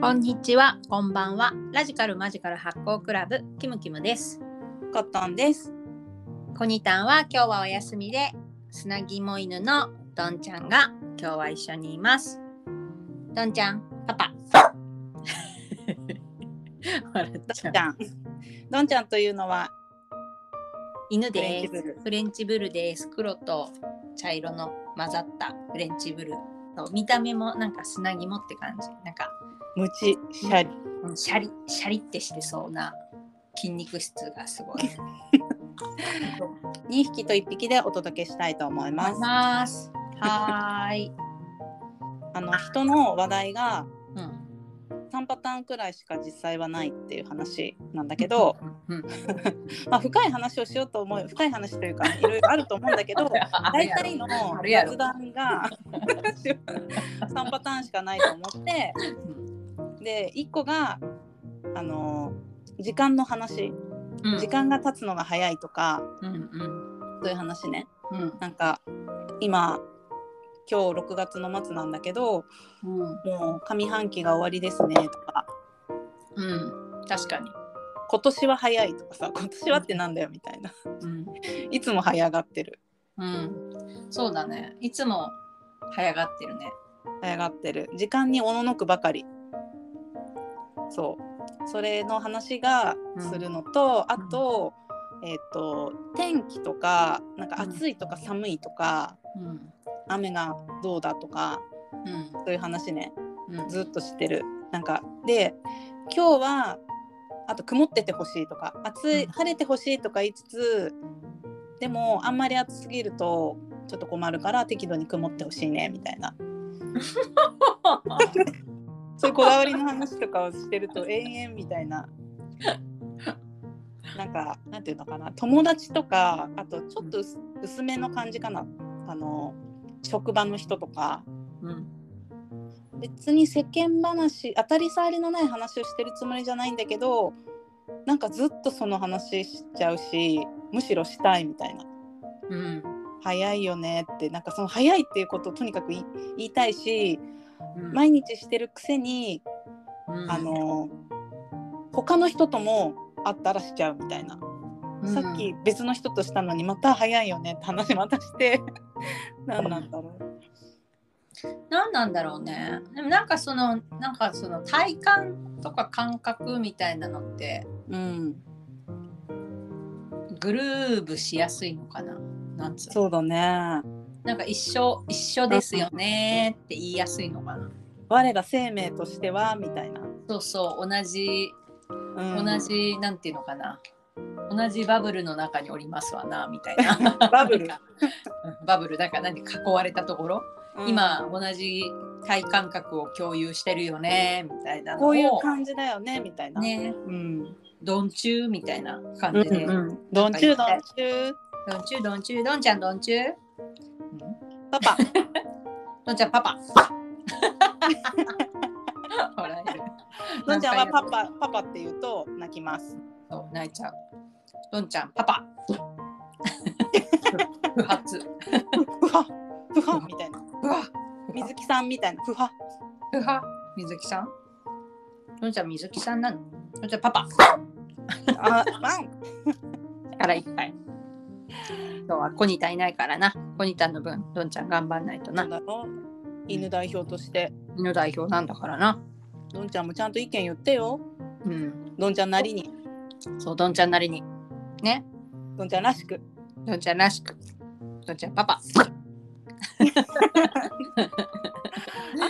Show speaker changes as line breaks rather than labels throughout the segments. こんにちは、こんばんは。ラジカルマジカル発行クラブキムキムです。
コットンです。
コニタンは今日はお休みで、砂肝犬のドンちゃんが今日は一緒にいます。ドンちゃん、パパ。笑っち
ど
ゃ
ん
う
ち。ゃん。どんちゃんというのは、
犬
フレ
で
ンチ
す
ブル。
フレンチブルです。黒と茶色の混ざったフレンチブル。そう見た目もなんか砂肝って感じ。なんか
ムチシャリ。
うんシャリシャリってしてそうな筋肉質がすごい。
2匹と1匹でお届けしたいと思います。
ます。はーい。
あの人の話題が
うん。
3パターンくらいしか実際はないっていう話なん だけど、
うん。
まあ、深い話をしようと思う深い話と いうかいろいろあると思うんだけど大体の
あるやろ
雑談が3パターンしかないと思ってで1個があの時間の話
うん
時間が経つのが早いとか
うんうん
そういう話ね
うん
なんか今今日6月の末なんだけど
うん
もう上半期が終わりですねとか
うん確かに。
今年は早いとかさ今年はってなんだよみたいな
うん
いつも早がってる
うんそうだね。いつも早がってるね。
早がってる時間におののくばかりそうそれの話がするのと、あと、えっ、と天気とかなんか暑いとか寒いとか、
うん
雨がどうだとか
うん
そういう話ね
うん
ずっと知ってるなんかで今日はあと曇っててほしいとか暑い
うん
晴れてほしいとか言いつつでもあんまり暑すぎるとちょっと困るから適度に曇ってほしいねみたいな そういうこだわりの話とかをし てると延々みたいな。なんかなんていうのかな友達とかあとちょっと薄薄めの感じかなあの職場の人とか
うん
別に世間話当たり障りのない話をしてるつもりじゃないんだけどなんかずっとその話しちゃうしむしろしたいみたいな
うん
早いよねってなんかその早いっていうことをとにかく言い言いたいし
うん
毎日してるくせに、
うん
あの他の人とも会ったらしちゃうみたいな、
うん
さっき別の人としたのにまた早いよねって話またして 何なんだろう
何なんだろうねでもなんかそのなんかその体感とか感覚みたいなのって
うん
グルーブしやすいのかななんつうの
そうだね
なんか一緒一緒ですよねって言いやすいのかな。
我ら生命としてはみたいな、
そうそう同じ
うん
同じなんていうのかな。同じバブルの中におりますわなみたいな
バブル
なんかうんバブルだから何囲われたところ、
うん
今同じ体感覚を共有してるよねみたいなのを
こういう感じだよねみたいな。
ね
うん。
ドンチューみたいな
う
感じで、
んうん。どんちゅうどんちゅう。
ドンチュードンチュードンちゃんドンチューうん
パパ。
ドンちゃんパ パ笑える
どんちゃんはパパパパって言うと泣きます。
そう泣いちゃう。どんちゃん、パパ。 不発。
ふはふはみたいな。
うわ、
水木さんみたいな。ふ は。
ふは、水木さん。どんちゃん、水木さんなの。どんちゃん、パパ。
あ、ワン。
からいっぱい。今日はコニタいないからな。コニタの分、どんちゃん頑張んないと
なん
な。
だろう。犬代表として
犬代表なんだからな。
どんちゃんもちゃんと意見言ってよ。
うん。
どんちゃんなりに。
そう、どんちゃんなりに。ね。
どんちゃんらしく。
どんちゃんらしく。どんちゃん、パパ。
あ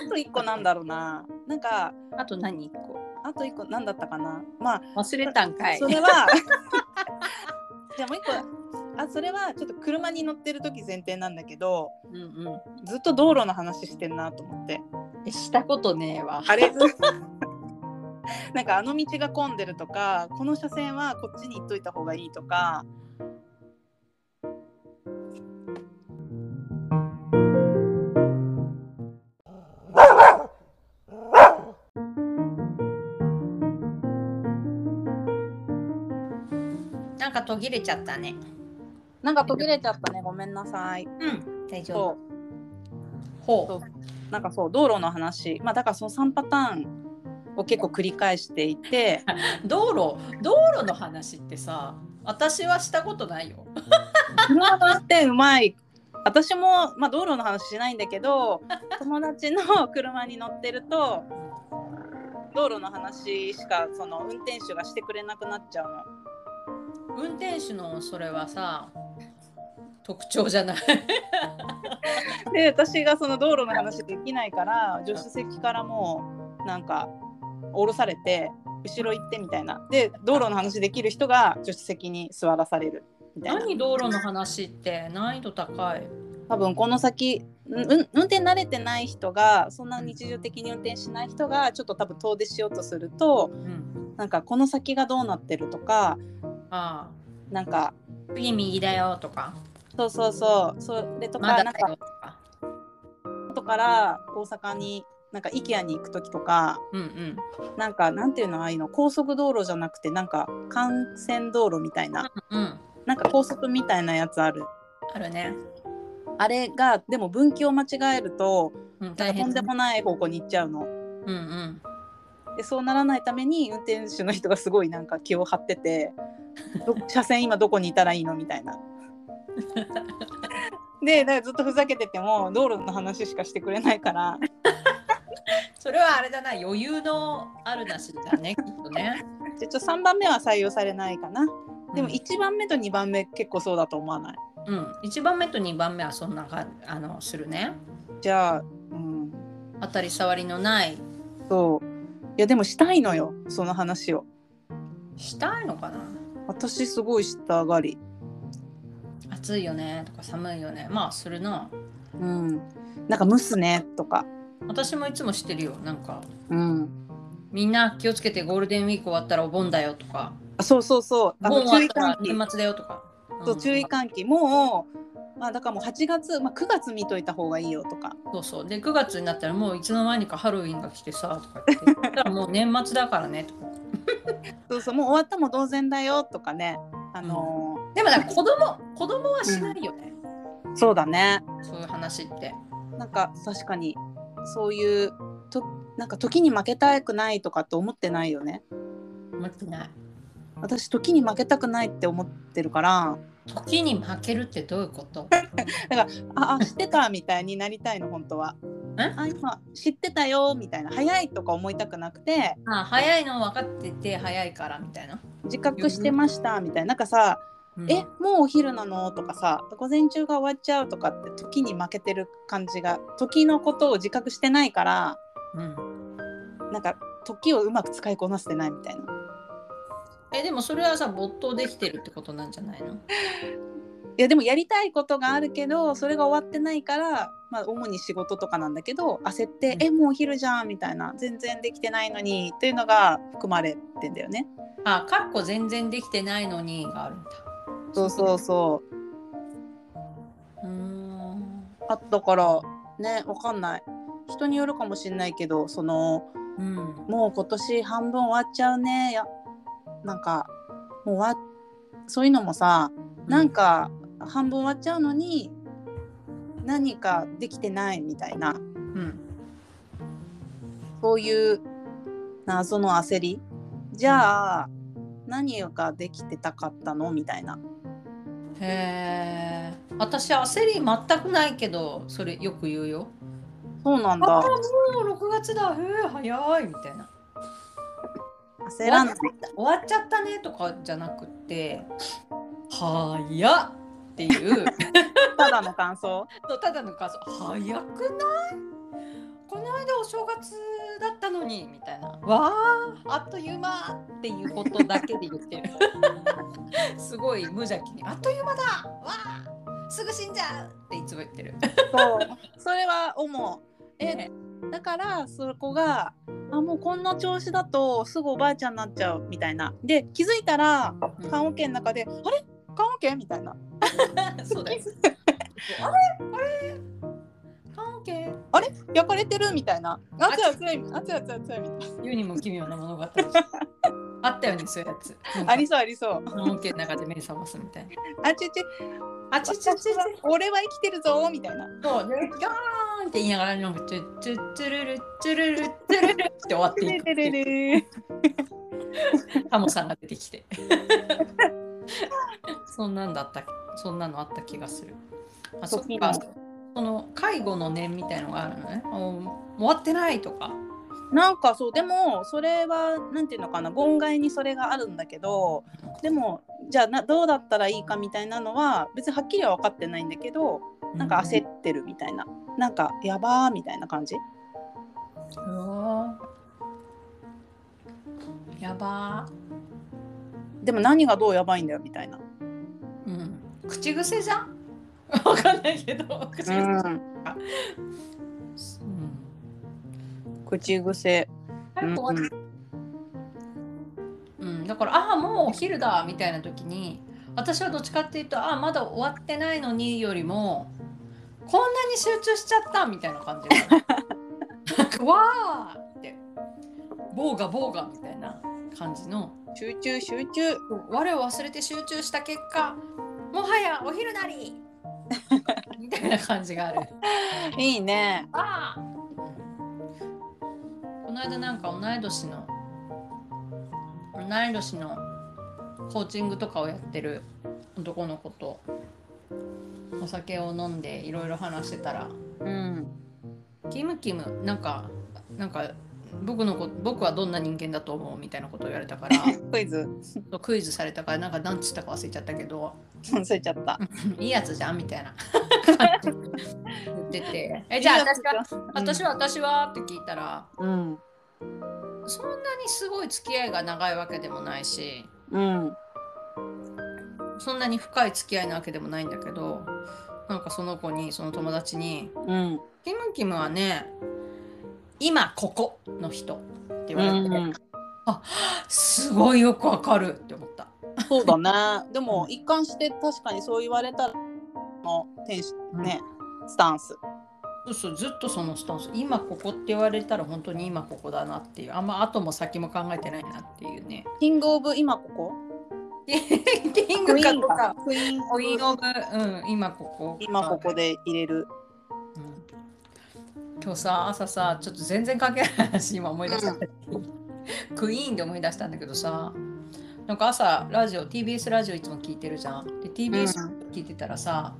と一個なんだろうな。なんか
あと何一個
あと一個なんだったかな。まあ
忘れたんかい
そ。れは じゃあもう一個あそれはちょっと車に乗ってる時前提なんだけど
うんう
ずっと道路の話してんなと思って
ん。したことねえわ。
あれ なんかあの道が混んでるとかこの車線はこっちに行っといた方がいいとか
なんか途切れちゃったね。
なんか途切れちゃったねごめんなさい
うん。大丈夫。
そ
ほ
うなんかそう道路の話まあだからその3パターンを結構繰り返してい て
道路道路の話ってさ私はしたことないよ。
車の運転うまい私も、まあ、道路の話しないんだけど友達の車に乗ってると道路の話しかその運転手がしてくれなくなっちゃうの。
運転手のそれはさ特徴じゃ ない。
で私がその道路の話できないから助手席からもうなんか降ろされて後ろ行ってみたいなで道路の話できる人が助手席に座らされるみたいな
何道路の話って難易度高い。
多分この先うんうん運転慣れてない人がそんな日常的に運転しない人がちょっと多分遠出しようとすると
うん、
なんかこの先がどうなってるとか
あ
なんか
あ次右だよとか
そうそうそうそれとか
まだ
なん
だ
か
よとか。
後から大阪になんか IKEA に行く時とか
うんうん。
なんかなんていうのああいうの高速道路じゃなくてなんか幹線道路みたいな
うん。
なんか高速みたいなやつある
あるね。
あれがでも分岐を間違えると
うん、
なん
大
かと
変
んでもない方向に行っちゃうの
うんうん。
でそうならないために運転手の人がすごいなんか気を張っててど 車線今どこにいたらいいのみたいな。でだからずっとふざけてても道路の話しかしてくれないから
それはあれだな余裕のあるなしだ ねきっとね。
でちょ3番目は採用されないかなでも
うん
1番目と2番目結構そうだと思わない
うん、1番目と2番目はそんながあのするね
じゃあ、うん、
当たり障りのない
そういやでもしたいのよその話を
したいのかな
私すごいしたがり
暑いよねとか寒いよねまあするな
うんなんか蒸すねとか
私もいつもしてるよなんか
うん
みんな気をつけてゴールデンウィーク終わったらお盆だよとか
あそうそうそうあ
盆
の
終わ
注
っ
意
たら
喚起
年末だよとか、
そ
ん
う注意喚起もうまあだからもう8月、まあ、9月見といた方がいいよとか
そうそうで9月になったらもういつの間にかハロウィンが来てさとか言ってだからもう年末だからねとか
そうそうもう終わったも同然だよとかねあの
でもなんか子供子供はしないよね、
ーそうだね
そういう話って
なんか確かにそういうとなんか時に負けたくないとかって思ってないよね
思ってない
私時に負けたくないって思ってるから
時に負けるってどういうこと
ああ知ってたみたいになりたいの本当は
え。
あ今知ってたよみたいな早いとか思いたくなくて
あ早いの分かってて早いからみたいな。
自覚してましたみたいななんかさ「えもうお昼なの?」とかさ「午前中が終わっちゃう」とかって時に負けてる感じが時のことを自覚してないから
うん、
なんか時をうまく使いこなせてないみたいな。
えでもそれはさ没頭できてるってことなんじゃないの
いやでもやりたいことがあるけどそれが終わってないから、まあ、主に仕事とかなんだけど焦って
う
「
ん
えもうお昼じゃん」みたいな全然できてないのにっていうのが含まれてんだよね。
あかっこ全然できてないのにがあるんだ。
そうそうそう
ーん
あだからねわかんない人によるかもしんないけどその
うん
もう今年半分終わっちゃうねやなんかもう終わそういうのもさなんか半分終わっちゃうのに何かできてないみたいな
うん
そういう謎の焦りじゃあ何ができてたかったのみたいな
へえ私焦り全くないけどそれよく言うよ。
そうなん
あ
だ
もう6月だへえ早いみたいな。
焦らない
終わっちゃったねとかじゃなくて早っっていう。
ただの感想
のただの感想早くないこの間お正月だったのにみたいなわああっという間っていうことだけで言ってる すごい無邪気にあっという間だわあすぐ死んじゃうっていつも言ってる
そうそれは思うえ、
ね
だからそこがあもうこんな調子だとすぐおばあちゃんになっちゃうみたいなで気づいたら
うん
棺桶の中で、あれ棺桶みたいな
そうだよあれあれ関係
焼かれてるみたいな熱い熱い熱い熱い熱いみたい
世にも奇妙なも のがあったりあったよねそういうやつ
なありそうありそう
関係の中で目覚ますみたいな
あちち
あちちちち
俺は生きてるぞみたいな
そうでガーンンって言いながら、なんか、トゥトゥトゥルル、トゥルル、トゥルルって終わっていくっていう。タモさんが出てきて。 そんなんだった、そんなのあった気がする。あ、そっ
時
か
の。
その介護の念みたいのがあるのね。お終わってないとか。
なんかそうでもそれはなんていうのかな言外にそれがあるんだけどでもじゃあなどうだったらいいかみたいなのは別にはっきりは分かってないんだけどなんか焦ってるみたいな、なんかやばーみたいな感じ
うわーやば
でも何がどうやばいんだよみたいな。
ー、うん、口癖じゃん わかんないけど口癖、うん
口癖、うん
早く終わっうん、だからああもうお昼だみたいな時に私はどっちかっていうとああまだ終わってないのによりもこんなに集中しちゃったみたいな 感じがなんかわあってボーガボーガみたいな感じの
集中集中
我を忘れて集中した結果もはやお昼な りみたいな感じがある
いいね
ああこの間なんか同い年の同い年のコーチングとかをやってる男の子とお酒を飲んでいろいろ話してたら
うん
キムキムなんかなんか僕のこ僕はどんな人間だと思うみたいなことを言われた から
クイズ
クイズされたからなんか何つったか忘れちゃったけど
忘れちゃった
いいやつじゃんみ たいな言ってて えじゃあ私は私は私はって聞いたら
うん
そんなにすごい付き合いが長いわけでもないし
うん
そんなに深い付き合いなわけでもないんだけどなんかその子にその友達に
うん
「キムキムはね今ここの人」って言われて、
うん
すごいよくわかるって思った。
そうだね。でも一貫して確かにそう言われたらの天使ね、スタンス。
そうそうずっとそのスタンス今ここって言われたら本当に今ここだなっていうあんま後も先も考えてないなっていう ね。
キングオブ今ここ。
キン
ク
グ
イ
か
ーン
とか
か。クイーン
コインオブ、うん、今ここ。
今ここで入れる。
うん今日さ朝さちょっと全然関係ない話今思い出した、クイーンで思い出したんだけどさなんか朝ラジオ TBS ラジオいつも聞いてるじゃんで TBS 聞いてたらさ、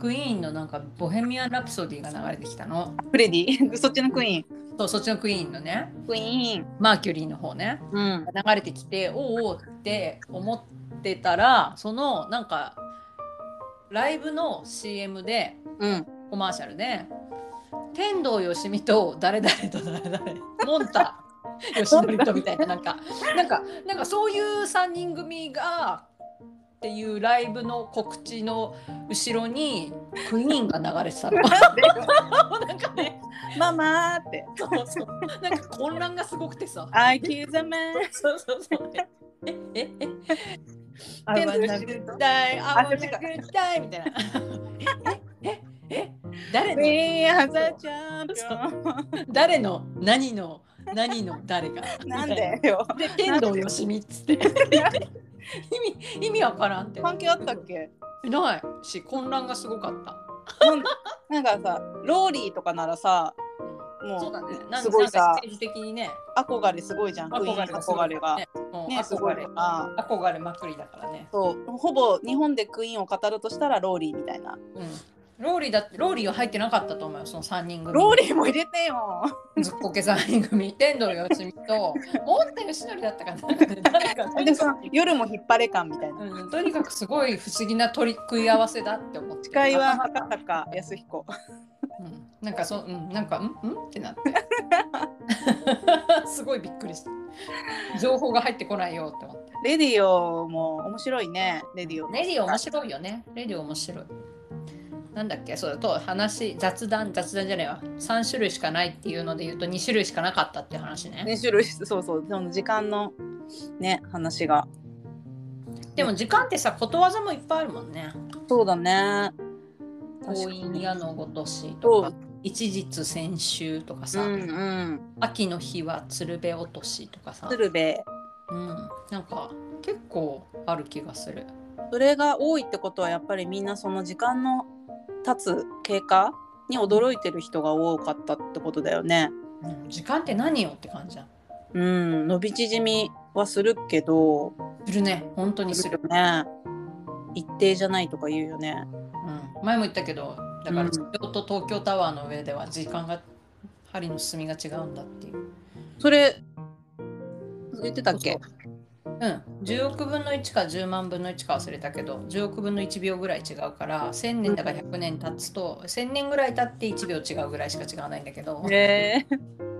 クイーンのなんか「ボヘミアン・ラプソディ」が流れてきたの
フレディ、 そっちのクイーン。
そうそっちのクイーンのね
クイーン。
マーキュリーの方ね
うん。
流れてきておうおうって思ってたらそのなんかライブの CM で
うん。
コマーシャルで天童よしみと誰々と誰々モン タよしみとみたいななんかなんかなんかそういう3人組がっていうライブの告知の後ろにクイーンが流れてたの。 なんかね
ママーって。
そうそうなんか混乱がすごくてさ。
I kill the man.
そうそうそうえええ
天
天
童
童よ
よ
しみと
しみと
誰あ
あそっちか
グッダイみたいな。えええ誰の
We are the champion.
誰の何の何の誰 が
なんでよ。
で天童よしみっつって意味意味わからんって
関係あったっけ
ないし混乱がすごかった
なんかさ、ローリーとかならさ、
そ
も
うだね
う
なん
すごい
なん
さ
か、政治的にね
憧れすごいじゃん。クイーン
憧れがすご
憧
い
れが。
ねもう
ね、すご
憧
い
れ
から。
憧れまくりだからね、
そうほぼ日本でクイーンを語るとしたらローリーみたいな
うん、ローリーだってローリーは入ってなかったと思うよその3人組
ローリーも入れてよ
ずっこけ3人組天童よしみと太田よしのりだったかななんかね誰か
でその夜も引っ張れ感みたいな
うん、とにかくすごい不思議な取り食い合わせだって思って
司会は赤坂康彦
うんなんかそう、うん、なんか、ん、んって なって。すごいびっくりした。情報が入ってこないよって思って。
レディオも面白いねレディオ
レディオ面白いよね。レディオ面白い。なんだっけ、そうだと話、雑談、雑談じゃないわ。三種類しかないっていうので言うと、二種類しかなかったっていう話ね。
ね種類そうそうその時間のね話が
でも時間ってさ、ことわざもいっぱいあるもんね。
そうだね
婚姻やのごとしとか
そう。
一日先週とか
う
さ、
んうん
秋の日は鶴瓶落としとかさ、
鶴瓶
うん、なんか結構ある気がする。
それが多いってことはやっぱりみんなその時間の経つ経過に驚いてる人が多かったってことだよね。
うん時間って何よって感じだ
うん、伸び縮みはするけど、
するね本当にす
す
る
る、よね。一定じゃないとか言うよね。
うん、前も言ったけどだから
うん
東京と東京タワーの上では時間が針の進みが違うんだっていう
それ、言ってたっけ
うん10億分の1か10万分の1か忘れたけど10億分の1秒ぐらい違うから1000年だから100年経つと1000年ぐらい経って1秒違うぐらいしか違わないんだけど
へえ。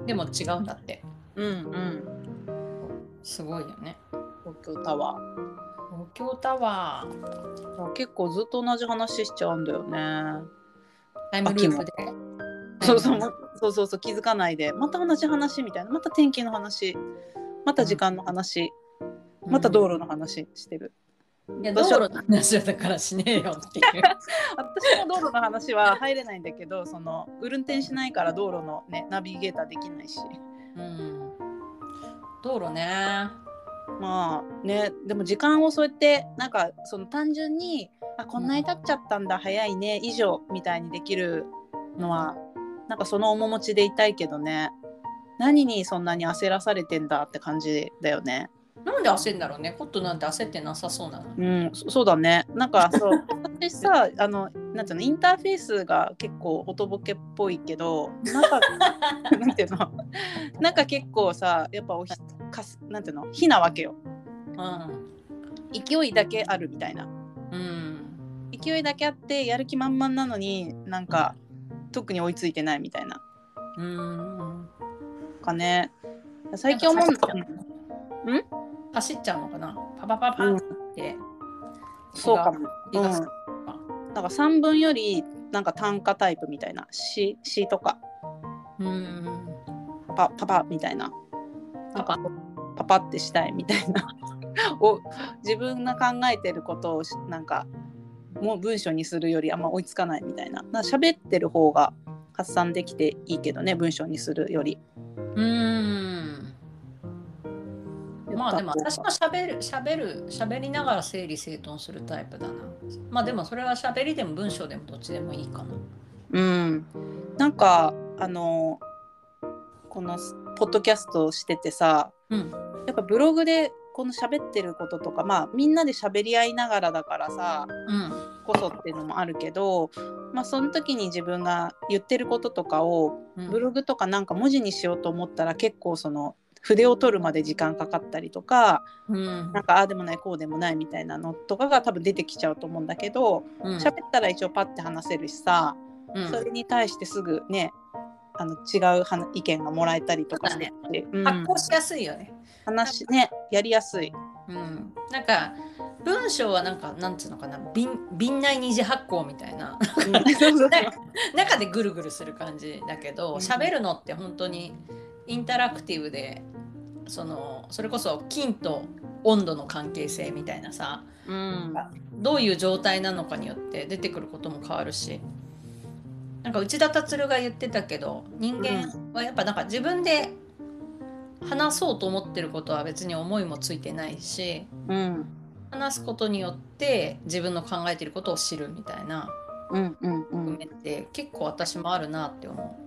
でも違うんだって
うんうん。
すごいよね
東京タワー
東京タワー。
結構ずっと同じ話しちゃうんだよね。
タイムループで
そうそうそうそうそう気づかないでまた同じ話みたいなまた天気の話また時間の話、また道路の話してる、
うんいや道
私は
路の話だからしねえよっていう
私も道路の話は入れないんだけどその運転しないから道路の、ね、ナビゲーターできないし
うん道路ね
まあねでも時間をそうやってなんかその単純にあこんなに経っちゃったんだ早いね以上みたいにできるのはなんかその面持ちでいたいけどね何にそんなに焦らされてんだって感じだよね。
なんで焦るんだろうねコットなんて焦ってなさそうなの
うん、そそうだね。なんかそう私さ あのなんていうのインターフェースが結構おとぼけっぽいけどなんか なんていうのなんか結構さやっぱおひかすなんていうの火なわけよ勢いだけあるみたいな
うんうん
勢いだけあってやる気満々なのになんか特に追いついてないみたいな
うん
かね最近思うんだけど
走っちゃうのかなパパパパ
うん
って、
そうかも、
気がする
うん、なんか3分よりなんか単価タイプみたいな詩詩とか
うん
パパパみたいな
パパ
パパってしたいみたいな を自分が考えてることをしなんかもう文章にするよりあんま追いつかないみたいななんか喋ってる方が発散できていいけどね文章にするより。
うんまあでも
よかっ
私
た
はしゃべるしゃべるしゃべりながら整理整頓するタイプだなまあでもそれはしゃべりでも文章でもどっちでもいいかな
うん、なんかあのこのスポッドキャストをしててさ
うん
やっぱブログでこの喋ってることとかまあみんなで喋り合いながらだからさ
うん
こそっていうのもあるけど、まあ、その時に自分が言ってることとかを
うん
ブログとかなんか文字にしようと思ったら結構その筆を取るまで時間かかったりとか
うん
なんかああでもないこうでもないみたいなのとかが多分出てきちゃうと思うんだけど
うん
喋ったら一応パッて話せるしさ
うん
それに対してすぐねあの違うはな意見がもらえたりとか
そうだね
するしうん
発行しやすいよね
話ねやりやす い。
うんなんか文章はなんかなんつうのかな瓶瓶内二次発行みたいな中でぐるぐるする感じだけど
うん
喋るのって本当にインタラクティブでそのそれこそ菌と温度の関係性みたいなさ
うん
どういう状態なのかによって出てくることも変わるしなんか内田達郎が言ってたけど人間はやっぱなんか自分で話そうと思ってることは別に思いもついてないし
うん
話すことによって自分の考えてることを知るみたいな
うんうんうん
運命って結構私もあるなって思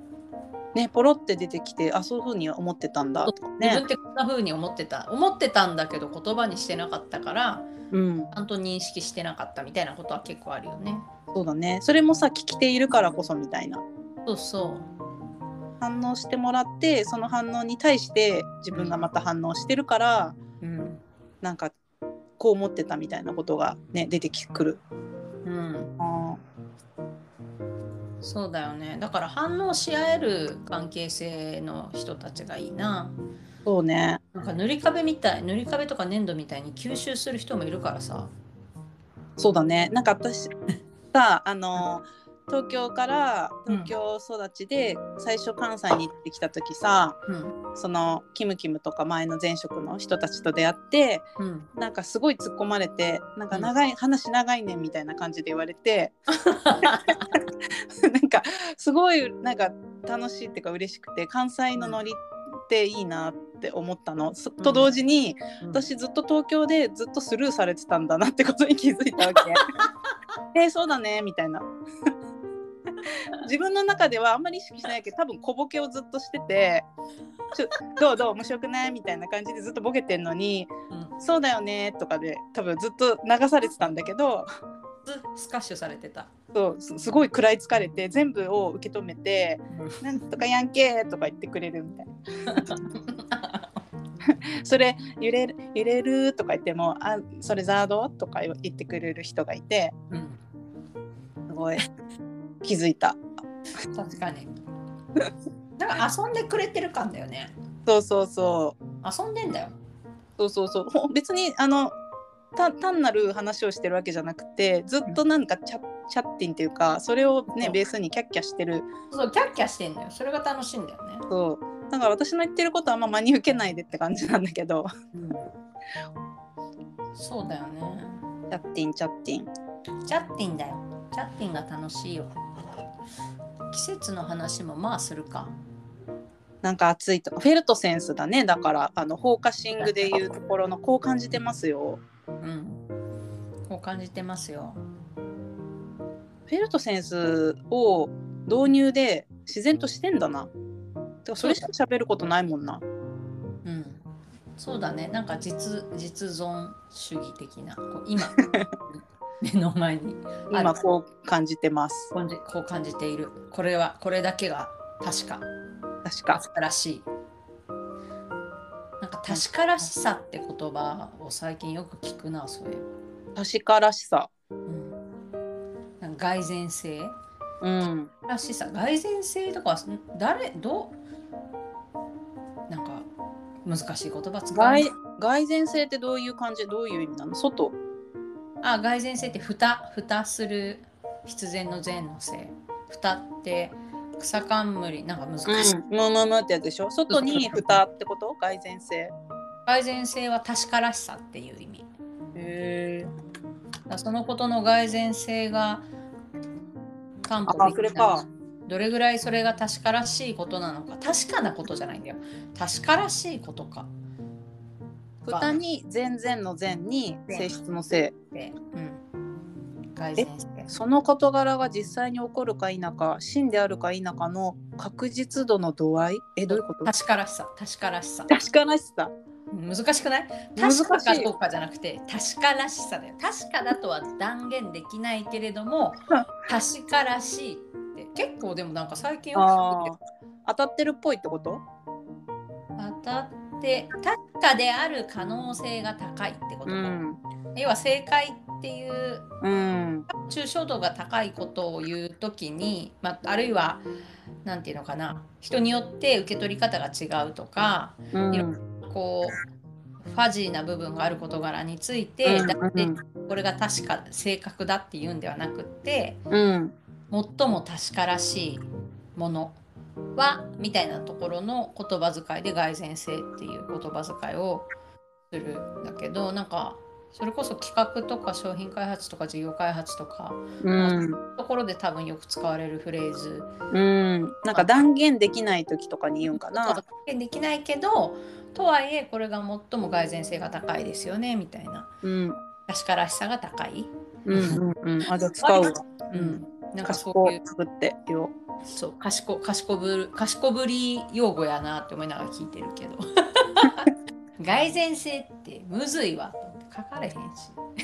ねポロって出てきてあそういうふうに思ってたんだ
う、
とか
自
ね
分っ。てこんな風に思ってた思ってたんだけど言葉にしてなかったから
うん
ちゃんと認識してなかったみたいなことは結構あるよね
そうだねそれもさ聞き手いるからこそみたいな
そうそ
反応してもらってその反応に対して自分がまた反応してるから、
ううん
なんかこう思ってたみたいなことがね出てきくる。
うん
あ
そうだよねだから反応し合える関係性の人たちがいいな
ーそうね
なんか塗り壁みたい塗り壁とか粘土みたいに吸収する人もいるからさ
そうだねなんか私さあの東京から東京育ちで最初関西に行ってきた時さ、
うん
そのキムキムとか前の前職の人たちと出会って、
うん
なんかすごい突っ込まれてなんか
うん
長い、話長いねみたいな感じで言われて なんかすごいなんか楽しいっていうか嬉しくて関西のノリっていいなって思ったの、そと同時に、私ずっと東京でずっとスルーされてたんだなってことに気づいたわけ。えーそうだねみたいな。自分の中ではあんまり意識しないけど多分小ボケをずっとしてて「ちょどうどう面白くない?」みたいな感じでずっとボケてんのに「そうだよね」とかで多分ずっと流されてたんだけど
スカッシュされてた。
そうすすごい食らいつかれて全部を受け止めて「なんとかやんけ」とか言ってくれるみたいな 「それ揺れる揺れる」とか言っても「あそれザード?」とか言ってくれる人がいて
うん、
すごい気づいた。
確かに。なんか遊んでくれてる感だよね。
そうそうそう
遊んでんだよ。
そうそうそうほ別にあのた単なる話をしてるわけじゃなくてずっとなんかチャチャッティンっていうかそれをね
うん
ベースにキャッキャしてる
そう、キャッキャしてんだよ。それが楽しいんだよね。
そうだから私の言ってることはあんま真に受けないでって感じなんだけど
そうだよね。
チャッティンチャッティン
チャッティンだよ。チャッティンが楽しいよ。季節の話もまあするか。
なんか暑いとかフェルトセンスだねだからあのフォーカシングでいうところのこう感じてますよ
うん。こう感じてますよ。
フェルトセンスを導入で自然としてんだなてかそれしか喋ることないもんな
うん。そうだね。なんか実実存主義的な。こう今目の前にあ
今
る
こう感じてます
こんじこう感じている。これはこれだけが確か。
確か
確からしい。なんか確からしさって言葉を最近よく聞くな、そういう。
確からしさ
うん、なんか蓋然性
うん
らしさ、蓋然性とかはす誰どうなんか難しい言葉使うな
外外然性ってどういう感じどういう意味なの外
あ蓋然性って蓋蓋する必然の前の性蓋って草冠なんか難しい、
ムムムってやつでしょ外に蓋ってこと外然性
蓋然性は確からしさっていう意味
へえ
だからそのことの蓋然性が担保
あ
で
それ
きな
か
いどれぐらいそれが確からしいことなのか確かなことじゃないんだよ確からしいことか
蓋に全然の前に性質の性
で、うん、改善して
その事柄が実際に起こるか否か真であるか否かの確実度の度合いえどういうこと
確からしさ確からし さ
確からしさ
難しくない
難しい
確かかどうかじゃなくて確からしさだよ確かだとは断言できないけれど も
うん
確からしいって結構でもなんか最近よく
あ
聞
ー
くけ
当たってるっぽいってこと
ど当たって確かである可能性が高いってことか、要は正解っていう
うん
抽象度が高いことを言うときに、まあ、あるいはなんていうのかな人によって受け取り方が違うとか
うん
いろこうファジーな部分がある事柄について、
うん
だって
うん
これが確か正確だっていうんではなくって
うん
最も確からしいものはみたいなところの言葉遣いで蓋然性っていう言葉遣いをするんだけどなんかそれこそ企画とか商品開発とか事業開発とか
うん
ところで多分よく使われるフレーズ
うんなんか断言できない時とかに言うんか
そう
な
だ断言できないけどとはいえこれが最も蓋然性が高いですよねみたいな
うん
確からしさが高い、
うんうんうん、あじゃあ使うわ。
うん、なんか
賢
そういう
く作ってよ。
そう賢賢ぶる賢ぶり用語やなって思いながら聞いてる けど蓋然性ってむずいわと思って書かれへんし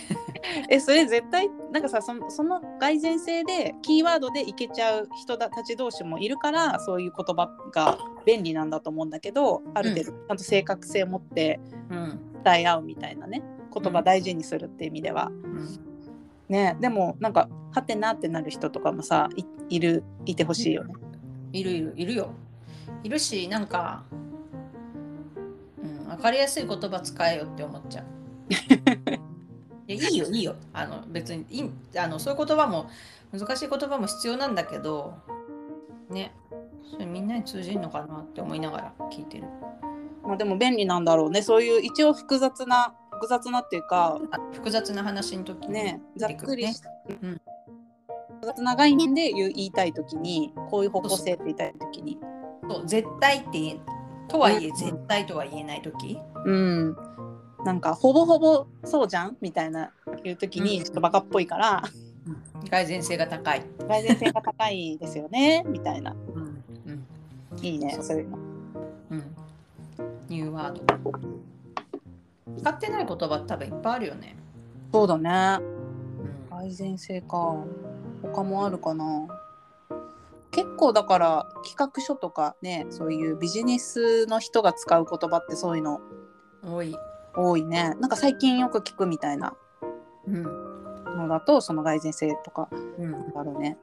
えそれ絶対なんかさそのその蓋然性でキーワードでいけちゃう人だたち同士もいるからそういう言葉が便利なんだと思うんだけどある程度ちゃんと正確性を持って
うん、
伝え合うみたいなね言葉大事にするっていう意味で
う
は。
ん、
ねでもなんかはてなってなる人とかもさいいるいてほしいよね。
いるいるいるよいるしなんか、うん、分かりやすい言葉使えよって思っ ちゃういやいいよいいよあの別にいいあのそういう言葉も難しい言葉も必要なんだけどねそれみんなに通じるのかなって思いながら聞いてる
まあ、でも便利なんだろうねそういう一応複雑な複雑なっていうか
あ複雑な話の時に
ねざっくりし
うん
複雑な概念で言う言いたいときにこういう方向性って言いたいときに
そう絶対って言えとはいえ
うん
絶対とは言えない時
うんなんかほぼほぼそうじゃんみたいな言うときにちょっとバカっぽいから、
改善性が高い。
蓋然性が高いですよねみたいな
うんうん
いいね
そう
そういうの
うん、ニューワード。使ってない言葉多分いっぱいあるよね。
そうだね
うん
改善性か他もあるかな結構だから企画書とかねそういうビジネスの人が使う言葉ってそういうの
多い。
多いねなんか最近よく聞くみたいな
うん
のだとその改善性とか
うん、
だろうね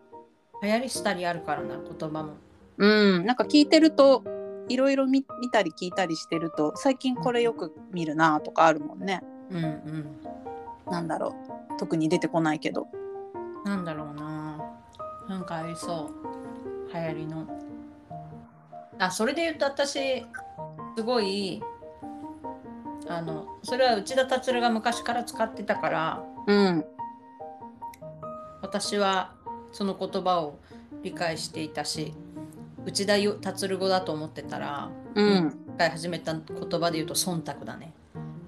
流行りしたりあるからな言葉も。
うんなんか聞いてるといろいろ見見たり聞いたりしてると最近これよく見るなとかあるもんね
うんうん。
なんだろう特に出てこないけど
なんだろうな。なんかありそう。流行りの。あそれで言うと私すごいあのそれは内田達郎が昔から使ってたから
うん
私はその言葉を理解していたし内田よ達郎語だと思ってたら
うん
使い始めた言葉で言うと忖度だね。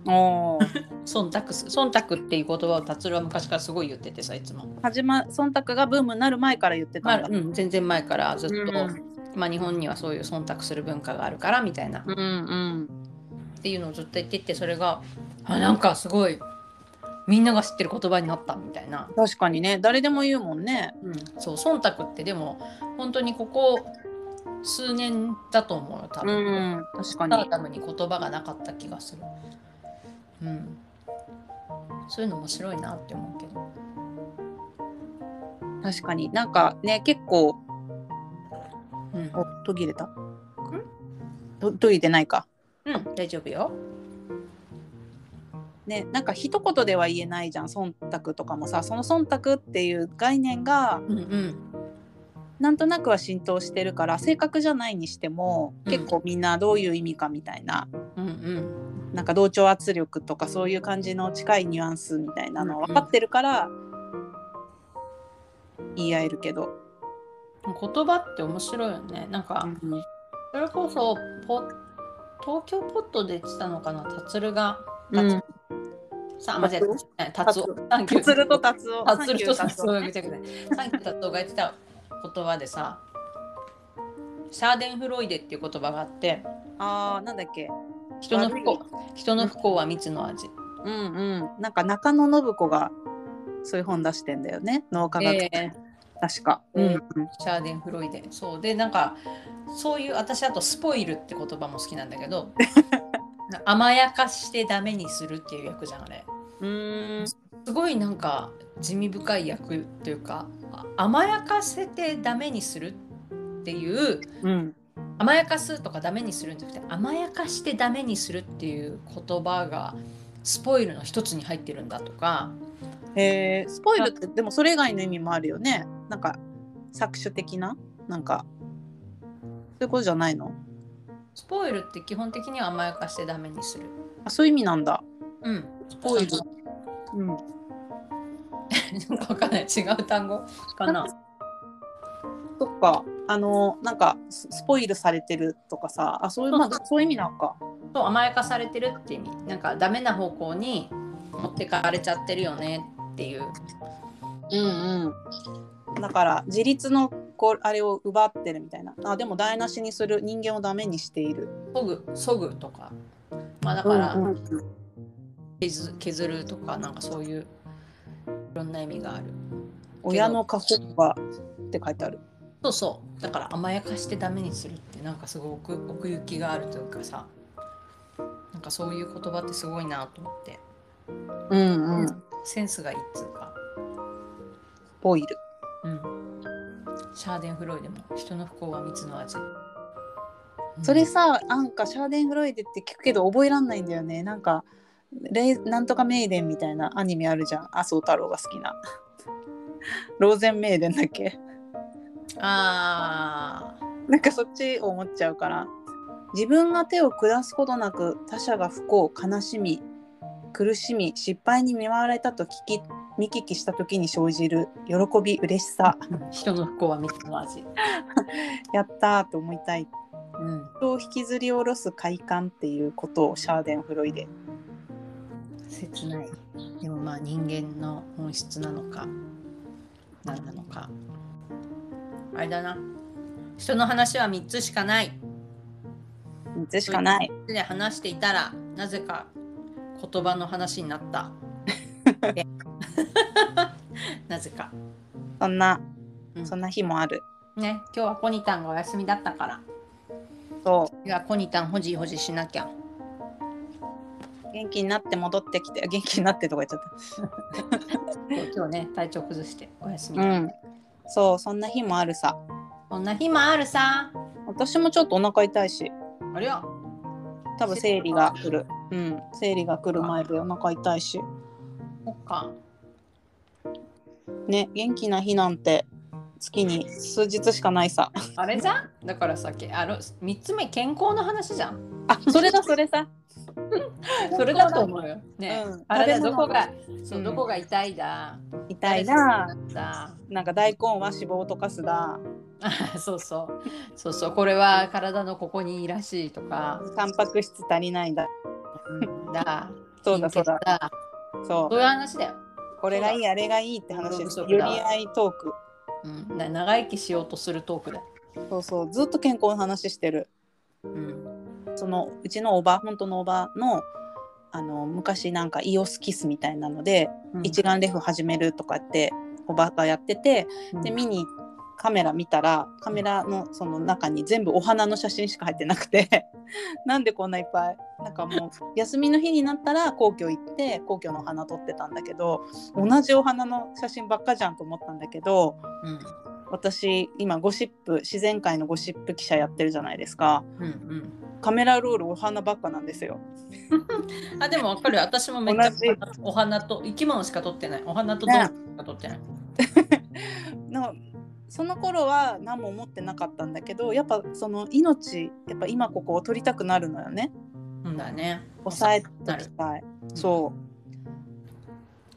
おー
忖度す忖度っていう言葉を達郎は昔からすごい言っててさいつも、
始ま忖度がブームになる前から言って
ま
たん
あ
だ、
うん、全然前からずっと、
うん
まあ、日本にはそういう忖度する文化があるからみたいな、
うんうん
っていうのをずっと言ってってそれがあなんかすごいみんなが知ってる言葉になったみたいな、
確かにね誰でも言うもんね
うん、そう忖度ってでも本当にここ数年だと思うよ多分。
ん確か
スター
に
ダムに言葉がなかった気がする。うん。そういうの面白いなって思うけど。
確かになんかね結構
うん。
お途切れたと途切れてないか
うん、大丈夫よ。
ねなんか一言では言えないじゃん忖度とかもさその忖度っていう概念が
うんうん。
なんとなくは浸透してるから正確じゃないにしても
うん
結構みんなどういう意味かみたいな、
うんうん。
なんか同調圧力とかそういう感じの近いニュアンスみたいなのは分かってるから言い合えるけど、
言葉って面白いよね。なんか、それこそポ、東京ポットで言ってたのかな、達るが。
うん
さあ、間違えた。達夫。サンキュー
達郎と達夫
達ると
サンキュー
達夫がぐちゃぐちゃ。サンキュー達夫が言ってた言葉でさ、シャーデンフロイデっていう言葉があって、
あーなんだっけ
人の不幸人の不幸は未知の味。
うんうんなんか中野信子がそういう本出してんだよね脳科学、
えー
確か、
ええ
うんうん
シャーデンフロイデそうでなんかそういう私あとスポイルって言葉も好きなんだけ どな甘やかしてダメにするっていう役じゃんあれ
うーん
すごいなんか地味深い役というかあ甘やかせてダメにするっていう
うん
甘やかすとかダメにするんじゃなくて甘やかしてダメにするっていう言葉がスポイルの一つに入ってるんだとか
へえスポイルってでもそれ以外の意味もあるよねなんか搾取的ななんかそういうことじゃないの
スポイルって基本的には甘やかしてダメにする。
あそういう意味なんだ
うん、スポイル
うん
なんかわかんない違う単語かな。
そっかあのなんかススポイルされてるとかさあそういう、まあ、そういう意味なんか
そう甘やかされてるって意味なんかダメな方向に持ってかれちゃってるよねっていう。
うんうん、だから自立のこあれを奪ってるみたいなあでも台無しにする人間をダメにしている
そぐそぐとか。まあだ
だ
か
からら、
削削るとかなんかそういういろんな意味がある。
親の過保護がって書いてある
そうそうだから甘やかしてダメにするってなんかすごく奥奥行きがあるというかさなんかそういう言葉ってすごいなと思って
うん
うんセンスがいいっつうか。
ボイル
うんシャーデンフロイデも人の不幸は蜜の味。うん
それさなんかシャーデンフロイデって聞くけど覚えらんないんだよねなんかレイなんとかメイデンみたいなアニメあるじゃん麻生太郎が好きな ローゼンメイデンだっけ
ああ、
なんかそっちを思っちゃうから自分が手を下すことなく他者が不幸悲しみ苦しみ失敗に見舞われたと聞き見聞きした時に生じる喜び嬉しさ
人の不幸は蜜の味。
やったーと思いたい
うん、
人を引きずり下ろす快感っていうことをシャーデン・フロイデ
切ない。でもまあ人間の本質なのか。
なるのか。
あれだな人の話は3つしかない
3つしかない。
で話していたらなぜか言葉の話になったでなぜか、
そんな、
うん
そんな日もある。
ね今日はコニタンがお休みだったから
そ
いやコニタンほじほじしなきゃ
う。元気になって戻ってきて、元気になってとか言っちゃっ
今日ね体調崩してお休み、
た。うん。そう、そんな日もあるさ。
こんな日もあるさ
私もちょっとお腹痛いし、
ありゃ
多分生理が来る。うん。生理が来る前でお腹痛いし。
そっか
ね、元気な日なんて月に数日しかないさ。
あれじゃんだからさっきあの3つ目健康の話じゃん
あ、それだそれさ。
それだと思うよね、
うん
あれだ
食べ
どこ
物
がそううんどこが痛いだ、
痛いな。
だ
なんか大根は脂肪を溶かすだ。
あ そうそうそうそうこれは体のここにいいらしいとか
タンパク質足りないだ。
だ
そうだそう
貧血
だ。
だそ
そ
ういう話だよ、
う。これがいいあれがいいって話です。
運
寄り
動不足だ
合いトーク。
うん、な長生きしようとするトークだ、
そうそう。ずっと健康の話してる。
うん、
そのうちのおば本当のおばのあの昔なんかイオスキスみたいなので、一眼レフ始めるとかっておばがやってて、で見にカメラ見たらカメラのその中に全部お花の写真しか入ってなくて なんでこんないっぱいなんかもう休みの日になったら皇居行って皇居のお花撮ってたんだけど同じお花の写真ばっかじゃんと思ったんだけど
うん
私今ゴシップ自然界のゴシップ記者やってるじゃないですか
うんうん
カメラロールお花ばっかなんですよ。
あでもわかる私もめっちゃ
同じ
お花と生き物しか撮ってないお花と動物しか撮ってない、
なその頃は何も思ってなかったんだけどやっぱその命やっぱ今ここを撮りたくなるのよね
うんだね
抑えてお
な
き
る
たい。そ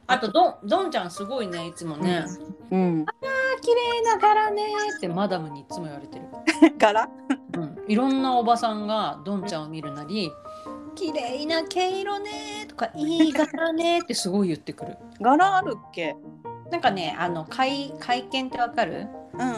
あとどんどんちゃんすごいねいつもね、
う、うん、
綺麗な柄ねってマダムにいつも言われてる、
柄
うん、いろんなおばさんがどんちゃんを見るなり「綺麗な毛色ね」とか「いい柄ね」ってすごい言ってくる。
柄あるっけ
なんかねあの会会見ってわかる
うんう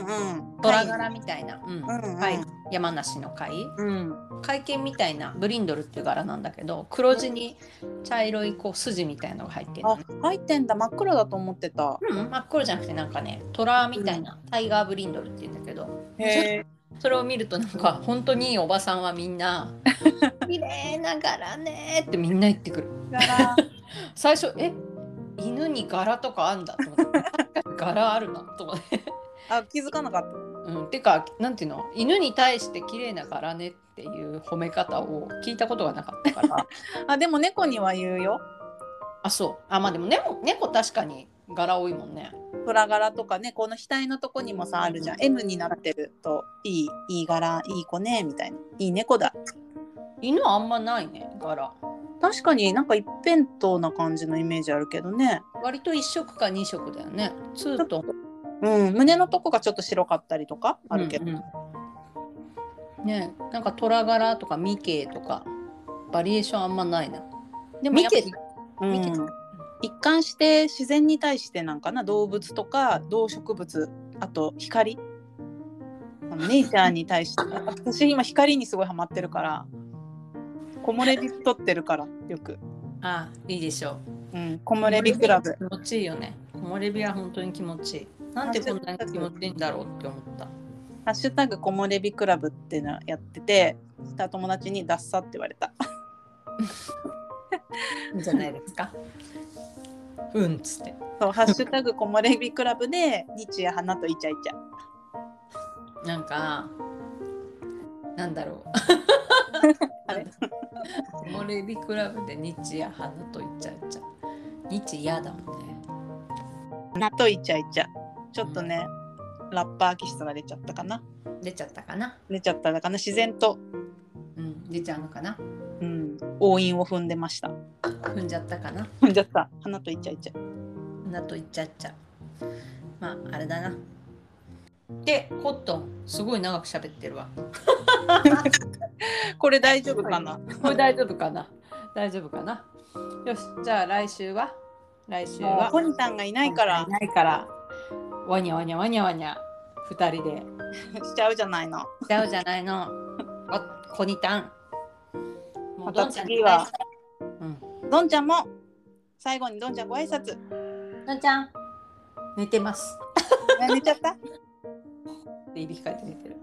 ん
虎柄みたいな、うん
うんうん
はい、山梨の会
うん
会見みたいなブリンドルっていう柄なんだけど黒地に茶色いこう筋みたいのが入ってるの
あ
ね、
入ってんだ真っ黒だと思ってた
うん、真っ黒じゃなくてなんかね虎みたいなタイガーブリンドルっていうんだけど
へえ
それを見るとなんか本当におばさんはみんな「綺麗な柄ね」ってみんな言ってくる
柄
最初「え犬に柄とかあんだ」と思って「柄あるな」と思って、
あ気づかなかった
うん、てかなんていうの犬に対して綺麗な柄ねっていう褒め方を聞いたことがなかったから
あでも猫には言うよ
あそうあまあでも猫猫確かに柄多いもんね
虎柄とかねこの額のとこにもさあるじゃん M になってるといいいい柄いい子ねみたいないい猫だ
犬あんまないね柄
確かになんか一辺倒な感じのイメージあるけどね
割と1色か2色だよねツートン
うん胸のとこがちょっと白かったりとかあるけど、
うんうんねなんか虎柄とかミケとかバリエーションあんまないな
でも
ミ
やっぱ
ケ
り
見
う
て
ん、一貫して自然に対してなんかな動物とか動植物あと光あのネイチャーに対して 私今光にすごいハマってるから木漏れ日撮ってるからよく、
あいいでしょう
うん、木漏れ日クラブ
気持ちいいよね木漏れ日は本当に気持ちいいなんでこんなに気持ちいいんだろうって思った
「ハッシュタグ木漏れ日クラブ」っていうのやっててそしたら友達に「ダッサ」って言われた
いいんじゃないですかうんっつって
そう「ハッシュタグ木漏れ日クラブ」で日夜花とイチャイチャ
なんかなんだ ろう
あれ
木漏れ日クラブで日夜花と言っちゃうちゃ日嫌だもんね
花とイチャイチャちょっとね、ラッパー気質が出ちゃったかな
出ちゃったかな
出ちゃったのかな自然と
うん出ちゃうのかな
うん、応印を踏んでました。
踏んじゃったかな
踏んじゃった。花とイチャイチャ。
なと言っちゃっちゃまああれだなでコットンすごい長く喋ってるわ
これ大丈夫かな。
これ大丈夫かな大丈夫かなよしじゃあ来週は来週
も
は
うコニタンがいないから
ないから
わにゃわにゃわにゃわにゃ二人で
しちゃうじゃないの。
ちゃうじゃない の。あ、コニタン。も
ま
うど
た
んちゃん
次は。
うん。
どんちゃんも最後にどんちゃんご挨拶。
どんちゃん。寝てます。
あ寝ちゃった？
でいびきかいて寝てる。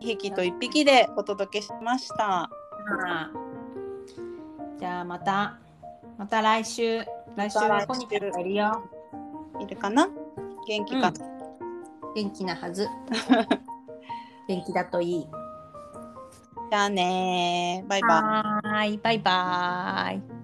一匹と一匹でお届けしました。
あーじゃあまたまた来週来週はコニタンがいるよ。
いるかな？元気かな？
元気なは ず。元気だといい。
じゃあねーバイバイ。
はーいバイバイ。